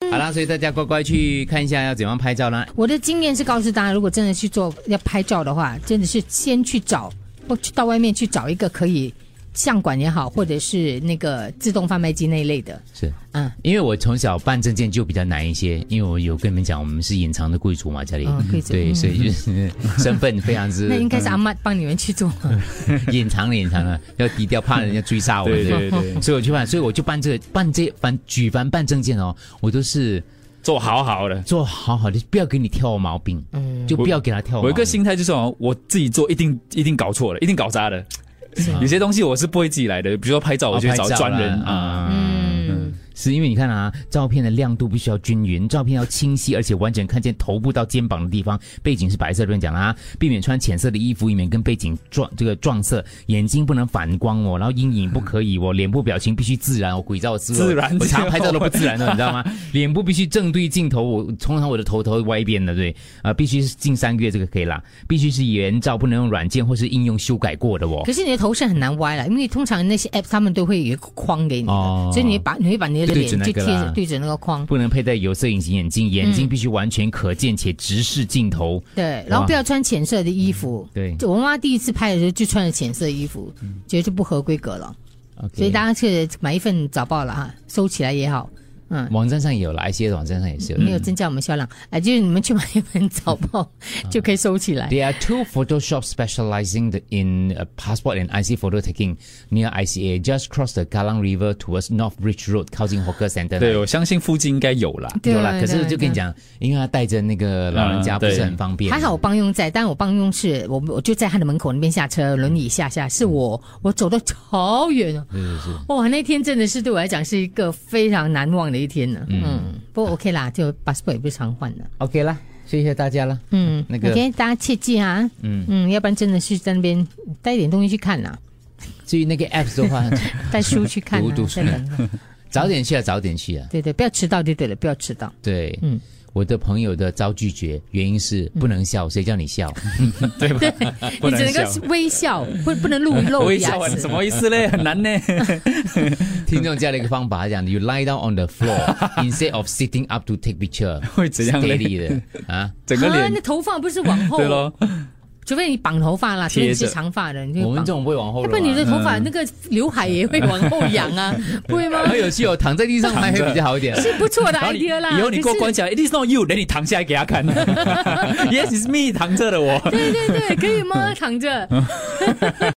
嗯好啦，所以大家乖乖去看一下要怎样拍照啦。我的经验是告诉大家，如果真的去做要拍照的话，真的是先去找，或去到外面去找一个可以相馆也好，或者是那个自动贩卖机那一类的，是，嗯因为我从小办证件就比较难一些，因为我有跟你们讲，我们是隐藏的贵族嘛，家里，嗯，可以做。对，嗯所以就是 身份非常之 那应该是阿妈帮你们去做，隐藏了，隐藏了，要低调，怕人家追杀我。对对对 对，所以我去办，所以我就办这办这办举凡办证件哦，我都是做好好的。做好好的，不要给你挑毛病，嗯，就不要给他挑毛病。我一个心态就是哦，我自己做一定一定搞错了，一定搞砸的。啊有些东西我是不会自己来的，比如说拍照，哦我就会找专人啊。啊。嗯，是因为你看啊，照片的亮度必须要均匀，照片要清晰，而且完整看见头部到肩膀的地方。背景是白色，这边讲啦、避免穿浅色的衣服，以免跟背景撞这个撞色。眼睛不能反光哦，然后阴影不可以 哦，脸部表情必须自然哦。鬼照我是自然我常就拍照都不自然的，你知道 吗？脸部必须正对镜头，我通常我的头头歪边的，对，啊、必须是近三个月这个可以啦，必须是原照，不能用软件或是应用修改过的哦。可是你的头是很难歪了，因为通常那些 app 他们都会有一个框给你的，哦所以你会把你会把你的对脸准那就个贴啦着对准那个框，不能佩戴有色隐形眼镜，眼嗯睛必须完全可见且直视镜头。对，然后哇嗯不要穿浅色的衣服。对嗯就我妈第一次拍的时候就穿了浅色衣服，觉得就不合规格了，所以大家去买一份早报了哈，收起来也好，嗯。网站上也有啦，一些网站上也是有的。没有增加我们销量，哎，就是你们去买一份早报 就可以收起来。 There are two Photoshop specializing the- in uh, passport and IC photo taking near ICA. Just cross the Kallang River towards North Bridge Road，靠近 Hawker Center。对，我相信附近应该有 啦。对有啦。对可是对就跟你讲，因为他带着那个老人家嗯不对是很方便。还好我帮佣在，但我帮佣是我我就在他的门口那边下车，轮椅下下，是我我走到超远哦，对对对。哇，那天真的是对我来讲是一个非常难忘的一天呢。嗯，不过 OK 啦，就 passport 也不是常换的。 OK 啦，谢谢大家啦。嗯，那个 OK，大家切记啊，嗯嗯，要不然真的是在那边带一点东西去看呐、至于那个 Apps 的话，带书去看、啊，读读书等等啊早点去啊，早点去啊。对对，不要迟到就对了，不要迟到。对，嗯我的朋友的遭拒绝，原因是不能笑，谁叫你笑？对吧？不你只能能笑。够微笑，不不能露露微牙笑齿什。么意思 嘞？很难呢。听众加了一个方法，他讲 you lie down on the floor instead of sitting up to take picture，会怎样嘞 Steady 的 啊？整个啊，那哦脸，头发不是往后对，咯，除非你绑头发啦，除非你是贴着长发的，你就我们绑这。种不会往后要的啊不嘛。然你 的头发那个刘海也会往后仰啊，不会吗？很有趣哦，躺在地上拍会比较好一点。是不错的然后你 idea 啦。以后你给我可是关起来，It is not you，等你躺下来给他看。yes, it's me，躺着的我。 对对对，可以吗？躺着。